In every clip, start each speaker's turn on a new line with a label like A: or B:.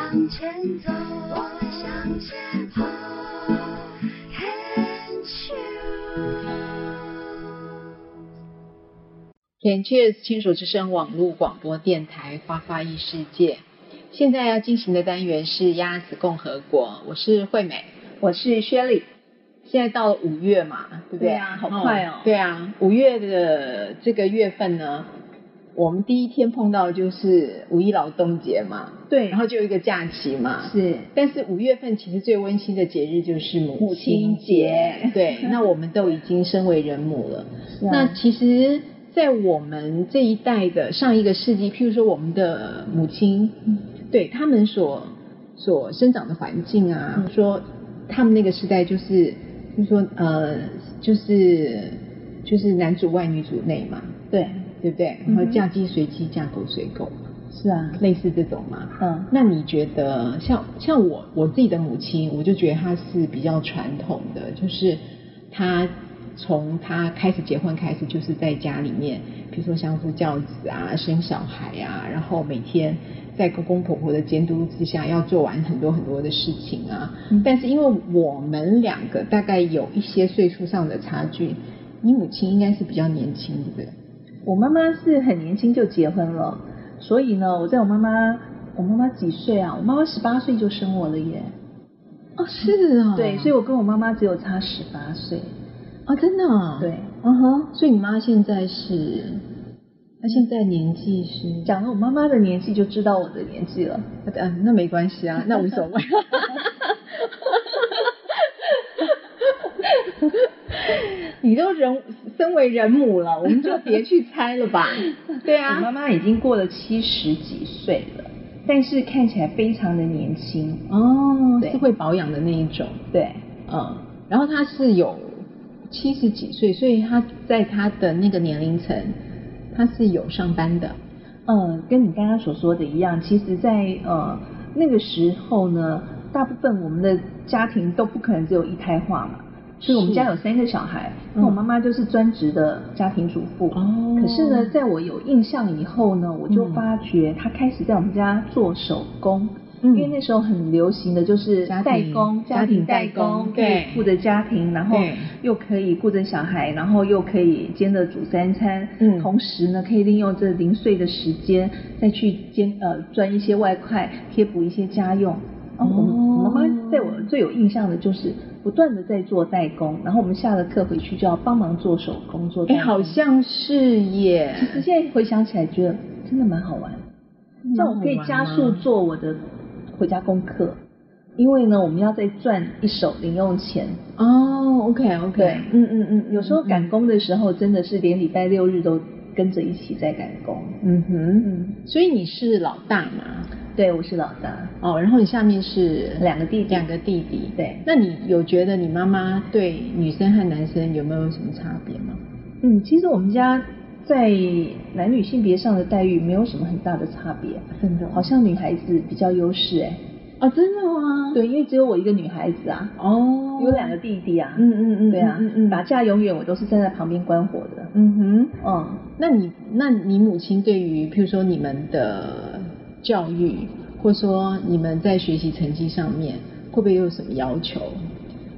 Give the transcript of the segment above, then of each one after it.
A: 前走，我们向前跑，Can you？
B: Can Cheers 牵手之声网络广播电台《花花异世界》，现在要进行的单元是鸭子共和国，我是惠美，
C: 我是薛丽，
B: 现在到了五月嘛，对不对？
C: 对啊好快哦
B: 对啊，五月的这个月份呢，我们第一天碰到就是五一劳动节嘛，
C: 对
B: 然后就有一个假期嘛，
C: 是
B: 但是五月份其实最温馨的节日就是母
C: 母
B: 亲
C: 亲
B: 节
C: 节，
B: 对，那我们都已经身为人母了。那
C: 那
B: 其实，在我们这一代的上一个世纪，譬如说我们的母亲，
C: 嗯
B: 对他们所所生长的环境啊，
C: 嗯
B: 说他们那个时代就是，就是说呃，就是就是男主外女主内嘛，
C: 对
B: 对不对？
C: 嗯哼
B: 然后嫁鸡随鸡，嫁狗随狗，
C: 是啊，
B: 类似这种嘛。
C: 嗯
B: 那你觉得像像我我自己的母亲，我就觉得她是比较传统的，就是她从她开始结婚开始，就是在家里面，比如说相夫教子啊，生小孩啊，然后每天在公公婆婆的监督之下，要做完很多很多的事情啊。
C: 嗯
B: 但是因为我们两个大概有一些岁数上的差距，你母亲应该是比较年轻的，
C: 我妈妈是很年轻就结婚了，所以呢，我在我妈妈，我妈妈几岁啊？我妈妈十八岁就生我了耶。
B: 哦，是啊
C: 对，所以
B: 以
C: 我跟我妈妈只有差十八岁。
B: 哦，真的、啊，
C: 对，
B: 嗯哼，所以你妈现在是，她现在年纪是，
C: 讲了我妈妈的年纪，就知道我的年纪了。呃
B: 嗯，那没关系 啊，那无所谓。你都人身为人母了，我们就别去猜了吧。 对
C: 我妈
B: 啊，
C: 妈已经过了七十几岁了，但是看起来非常的年轻。
B: 哦，
C: 对
B: 是会保养的那一种，
C: 对，
B: 嗯，然后她是有七十几岁，所以她在她的那个年龄层，她是有上班的。
C: 嗯，跟你刚刚所说的一样，其实在，呃那个时候呢，大部分我们的家庭都不可能只有一胎化嘛，所以我们
B: 是
C: 家有三个小孩，
B: 嗯
C: 那我妈妈就是专职的家庭主妇。
B: 哦
C: 可是呢，在我有印象以后呢，我就
B: 嗯
C: 发觉她开始在我们家做手工。
B: 嗯
C: 因为那时候很流行的就是
B: 家庭
C: 代工，
B: 家庭代
C: 代
B: 工
C: 可以
B: 对
C: 顾着家庭，然后
B: 对
C: 又可以顾着小孩，然后又可以兼着煮三餐，
B: 嗯
C: 同时呢，可以利用这零碎的时间再去兼呃赚一些外快，贴补一些家用。啊
B: 哦
C: 我我妈妈在我最有印象的就是不断的在做代工，然后我们下了课回去就要帮忙做手工做代
B: 哎、
C: 工。
B: 好。像是耶。
C: 其实现在回想起来，觉得真的蛮好玩。这样我可以加速做我的回家功课，因为呢，我们要再赚一手零用钱。
B: 哦，OK OK，
C: 对
B: 嗯嗯嗯，
C: 有时候
B: 感，
C: 赶工的时候，真的是连礼拜六日都跟着一起在赶工。
B: 嗯哼，
C: 嗯，
B: 所以你是老大嘛？
C: 对，我是老大，
B: 哦，然后你下面是
C: 两个弟弟
B: 两个弟弟，
C: 对
B: 那你有觉得你妈妈对女生和男生有没有什么差别吗？
C: 嗯，其实我们家在男女性别上的待遇没有什么很大的差别，
B: 真的
C: 好像女孩子比较优势哎、
B: 哦，真的吗？，
C: 对，因为只有我一个女孩子啊，
B: 哦，
C: 有两个，弟弟啊，
B: 嗯嗯嗯，
C: 对啊
B: 嗯，嗯，
C: 打架永远我都是站在旁边观火的，
B: 嗯哼，
C: 嗯，
B: 那你那你母亲对于譬如说你们的教育，或说你们在学习成绩上面，会不会有什么要求？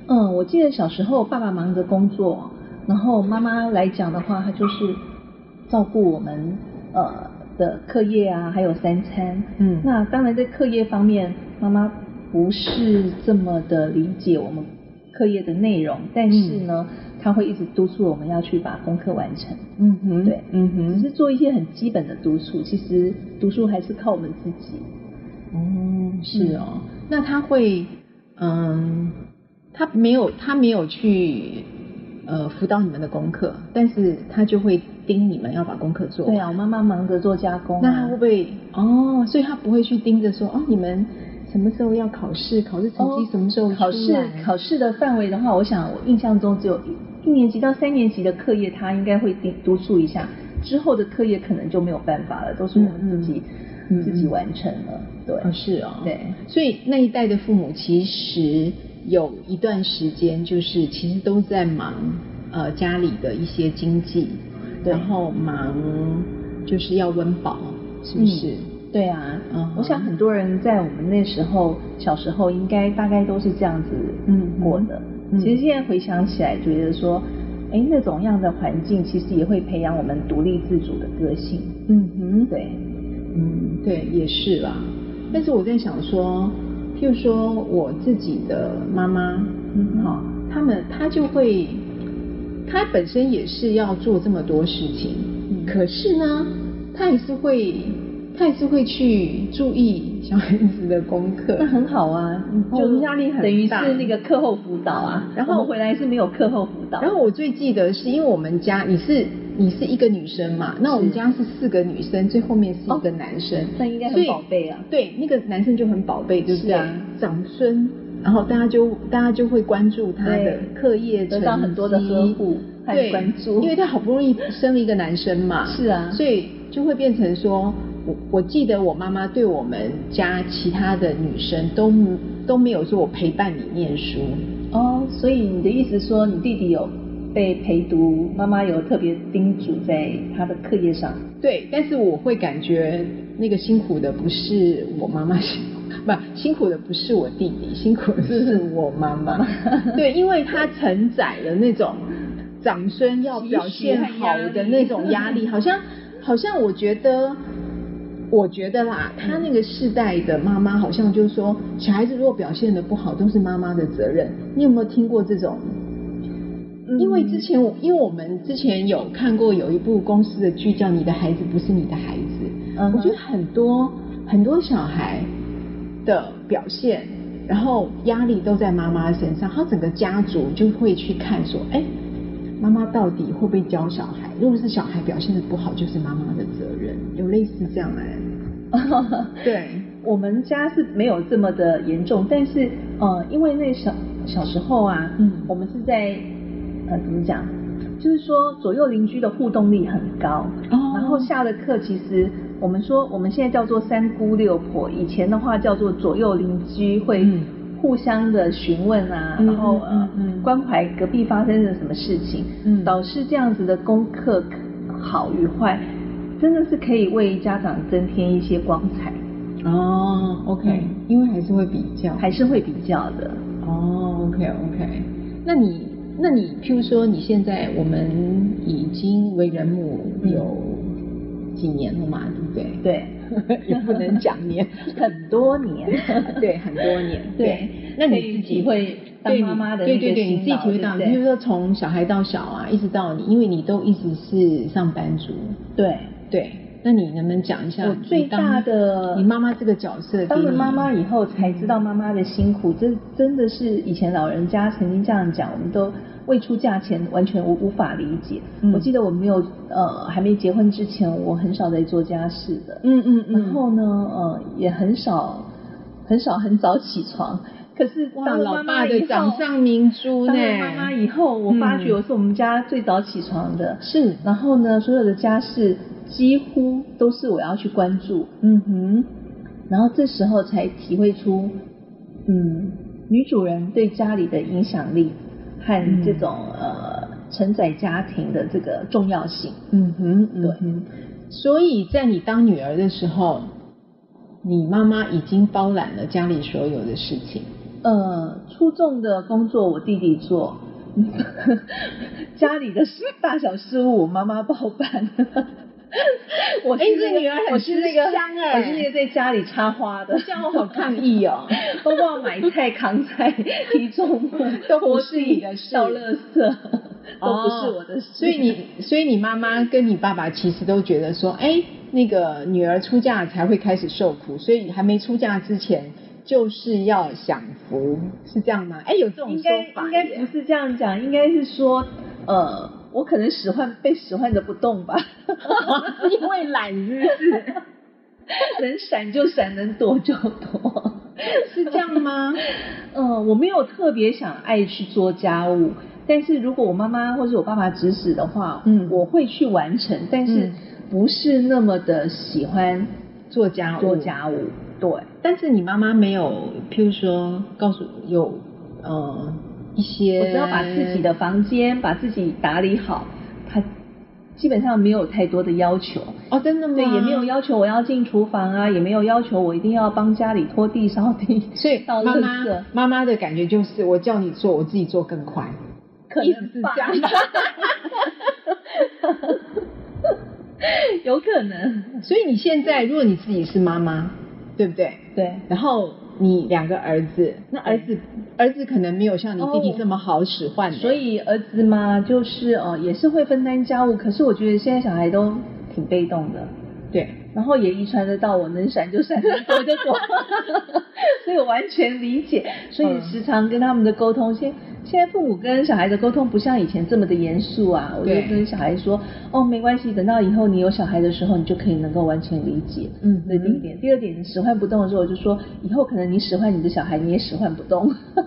C: 嗯，我记得小时候爸爸忙着工作，然后妈妈来讲的话，她就是照顾我们呃的课业啊，还有三餐。
B: 嗯
C: 那当然在课业方面，妈妈不是这么的理解我们课业的内容，但是呢，她会一直督促我们要去把功课完成。
B: 嗯哼
C: 对
B: 嗯
C: 只
B: 哼，
C: 是做一些很基本的督促，其实读书还是靠我们自己。
B: 哦，是哦，那他会，嗯，他没有，他没有去，呃，辅导你们的功课，但是他就会盯你们要把功课做完。
C: 对啊，我妈妈忙着做加工、啊。
B: 那他会不会，哦，所以他不会去盯着说，哦，你们什么时候要考试，考试成绩什么时候出来？
C: 考试哦考试的范围的话，我想我印象中只有一一年级到三年级的课业，他应该会督督促一下，之后的课业可能就没有办法了，都是我们自己、
B: 嗯嗯
C: 自己完成了。对，
B: 哦，是哦，
C: 对，
B: 所以那一代的父母其实有一段时间，就是其实都在忙呃家里的一些经济，
C: 对
B: 然后忙就是要温饱，是不是？
C: 对啊，
B: 嗯哼
C: 我想很多人在我们那时候小时候，应该大概都是这样子
B: 嗯
C: 过的。
B: 嗯
C: 其实现在回想起来，觉得说，哎，那种样的环境，其实也会培养我们独立自主的个性。
B: 嗯哼，
C: 对，
B: 嗯，对，也是啦。但是我在想说，譬如说我自己的妈妈，
C: 嗯
B: 好、他们她就会，她本身也是要做这么多事情，
C: 嗯
B: 可是呢，她也是会，她也是会去注意小孩子的功课
C: 那。很好啊，
B: 哦
C: 就
B: 压力很
C: 等于
B: 大
C: 是那个课后辅导啊。
B: 然后
C: 我们回来是没有课后辅导，
B: 然后我最记得是因为我们家你是你是一个女生嘛，那我们
C: 是
B: 家是四个女生，最后面是一个男生，
C: 哦那应该
B: 所
C: 很
B: 以
C: 宝贝啊。
B: 对，那个男生就很宝贝，对不对？
C: 是啊
B: 长孙，然后大家就大家就会关注他的
C: 对
B: 课业成
C: 得
B: 绩，
C: 到很多的呵护和
B: 对
C: 关注
B: 因为他好不容易生了一个男生嘛，
C: 是啊
B: 所以就会变成说。我我记得我妈妈对我们家其他的女生都都没有说我陪伴你念书，
C: 哦，所以你的意思说，你弟弟有被陪读，妈妈有特别叮嘱在他的课业上。
B: 对，但是我会感觉那个辛苦的不是我妈妈辛苦，不辛苦的不是我弟弟，辛苦的是我妈妈。对，因为她承载了那种长孙要表现好的那种压力，好像好像我觉得。我觉得啦，她那个世代的妈妈好像就是说，小孩子如果表现的不好，都是妈妈的责任。你有没有听过这种
C: 嗯
B: 因为之前我，因为我们之前有看过有一部公司的剧叫《你的孩子不是你的孩子》，
C: 嗯哼
B: 我觉得很多很多小孩的表现，然后压力都在妈妈身上，他整个家族就会去看说，哎，妈妈到底会不会教小孩？如果是小孩表现的不好，就是妈妈的责任，有类似这样哎、对，
C: 我们家是没有这么的严重，但是呃，因为那小小时候啊，
B: 嗯
C: 我们是在呃怎么讲，就是说左右邻居的互动力很高，
B: 哦
C: 然后下了课其实我们说我们现在叫做三姑六婆，以前的话叫做左右邻居会
B: 嗯
C: 互相的询问啊，
B: 嗯
C: 然后
B: 嗯
C: 呃、
B: 嗯嗯
C: 关怀隔壁发生了什么事情，
B: 嗯
C: 导致这样子的功课好与坏，真的是可以为家长增添一些光彩。
B: 哦，OK，、
C: 嗯
B: 因为还是会比较，
C: 还是会比较的。
B: 哦，OK OK，那你那你譬如说你现在我们已经为人母
C: 嗯
B: 有几年了嘛，对不对？
C: 对，
B: 也不能讲年，，
C: 很多年
B: 对，很多年，
C: 对
B: 那
C: 可
B: 你
C: 以
B: 自己
C: 体会当
B: 对
C: 妈
B: 你
C: 妈的
B: 对
C: 那
B: 对
C: 个
B: 对，你自
C: 辛
B: 己
C: 劳
B: 体会
C: 对
B: 到，
C: 不
B: 比
C: 对
B: 如说从小孩到小啊，一直到你，因为你都一直是上班族，
C: 对。
B: 对。那你能不能讲一下
C: 我
B: 你
C: 最
B: 当
C: 大的
B: 你妈妈这个角色？
C: 当了妈妈，以后才知道妈妈的辛苦，这真的是以前老人家曾经这样讲，我们都未出嫁前完全无无法理解。
B: 嗯
C: 我记得我没有呃还没结婚之前，我很少在做家事的。
B: 嗯嗯嗯，
C: 然后呢，呃，也很少很少很早起床。可是
B: 哇，
C: 当了
B: 老
C: 妈
B: 爸
C: 妈以
B: 的
C: 后，
B: 掌上明珠呢
C: 当？了妈妈以后，我发觉
B: 嗯
C: 我是我们家最早起床的，
B: 是，
C: 然后呢，所有的家事几乎都是我要去关注，
B: 嗯哼，
C: 然后这时候才体会出，嗯，女主人对家里的影响力
B: 嗯
C: 和这种、呃承载家庭的这个重要性。
B: 嗯哼，嗯哼。所以在你当女儿的时候，你妈妈已经包揽了家里所有的事情。
C: 呃，出众的工作我弟弟做， 家里的事大小事务我妈妈包办。 我是
B: 哎
C: 那
B: 这
C: 个，
B: 女儿很
C: 我是那个，
B: 吃香哎
C: 我是那个在家里插花的，
B: 这样我好抗议哦
C: 包括买菜、扛菜、提重物、
B: 都不
C: 拖
B: 是
C: 地
B: 你的事
C: 倒垃圾， 都不是
B: 哦
C: 我的事。
B: 所以你，所以你妈妈跟你爸爸其实都觉得说，哎，那个女儿出嫁才会开始受苦，所以还没出嫁之前就是要享福，是这样吗？哎，有这种
C: 应
B: 说
C: 该
B: 法
C: 应该
B: 耶
C: 不是这样讲，应该是说，呃，我可能使唤被使唤着不动吧。
B: 因为懒是不是？
C: 能闪就闪，能躲就躲。
B: 是这样吗？
C: 呃，我没有特别想爱去做家务，但是如果我妈妈或者我爸爸指使的话，
B: 嗯
C: 我会去完成，但是
B: 嗯
C: 不是那么的喜欢
B: 做家务，哦
C: 做家务。对，
B: 但是你妈妈没有，譬如说告诉有呃一些，
C: 我只要把自己的房间把自己打理好，她基本上没有太多的要求，
B: 哦，真的吗？
C: 对，也没有要求我要进厨房啊，也没有要求我一定要帮家里拖地、扫地，
B: 所以
C: 倒
B: 妈
C: 垃
B: 妈
C: 圾，
B: 妈妈的感觉就是，我叫你做，我自己做更快，
C: 可
B: 意思
C: 能
B: 是
C: 吧
B: 这，样吧。
C: 有可能，
B: 所以你现在，如果你自己是妈妈，对不对？
C: 对。
B: 然后你两个儿子，那儿子儿子可能没有像你弟弟这么好使唤的，
C: 哦所以儿子嘛，就是呃也是会分担家务，可是我觉得现在小孩都挺被动的，
B: 对。
C: 然后也遗传得到我能闪就闪，能躲就 躲，所以我完全理解。所以
B: 嗯
C: 时常跟他们的沟通，现现在父母跟小孩的沟通不像以前这么的严肃啊。我就
B: 对
C: 跟小孩说，哦，没关系，等到以后你有小孩的时候，你就可以能够完全理解。
B: 嗯
C: 这是第一点。第二点，你使唤不动的时候，我就说，以后可能你使唤你的小孩，你也使唤不动。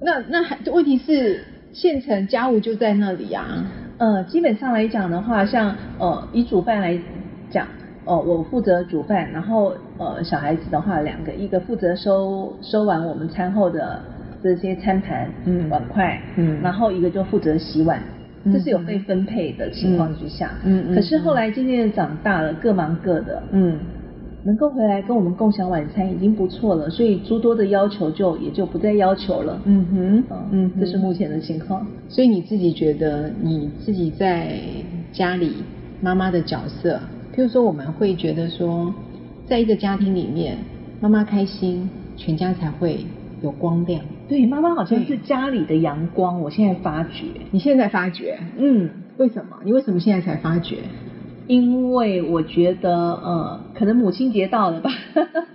B: 那那还问题是，县城家务就在那里啊。
C: 呃，基本上来讲的话，像呃以煮饭来讲，呃我负责煮饭，然后呃小孩子的话两个，一个负责收收完我们餐后的这些餐盘、
B: 嗯
C: 碗筷，
B: 嗯
C: 然后一个就负责洗碗。这是有
B: 嗯
C: 被分配的情况之下，
B: 嗯嗯嗯
C: 可是后来渐渐的长大了，各忙各的，
B: 嗯，
C: 能够回来跟我们共享晚餐已经不错了，所以诸多的要求就也就不再要求了，
B: 嗯哼
C: 嗯，
B: 嗯
C: 这是
B: 哼
C: 目前的情况。
B: 所以你自己觉得你自己在家里妈妈的角色，譬如说我们会觉得说，在一个家庭里面，妈妈开心，全家才会有光亮。
C: 对，妈妈好像
B: 对
C: 是家里的阳光，我现在发觉。
B: 你现在发觉，
C: 嗯，
B: 为什么？你为什么现在才发觉？
C: 因为我觉得呃，可能母亲节到了吧，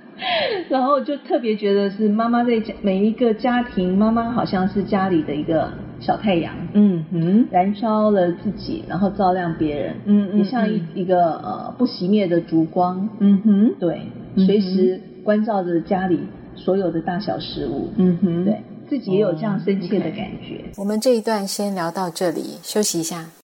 C: 然后就特别觉得是妈妈在家每一个家庭，妈妈好像是家里的一个小太阳，
B: 嗯哼，
C: 燃烧了自己，然后照亮别人。
B: 嗯嗯
C: 也像一
B: 嗯
C: 一个呃不熄灭的烛光，
B: 嗯哼，
C: 对，
B: 嗯哼
C: 随时关照着家里所有的大小事物。
B: 嗯哼，
C: 对。自己也有这样深切的
B: 哦，OK
C: 感觉。
D: 我们这一段先聊到这里，休息一下。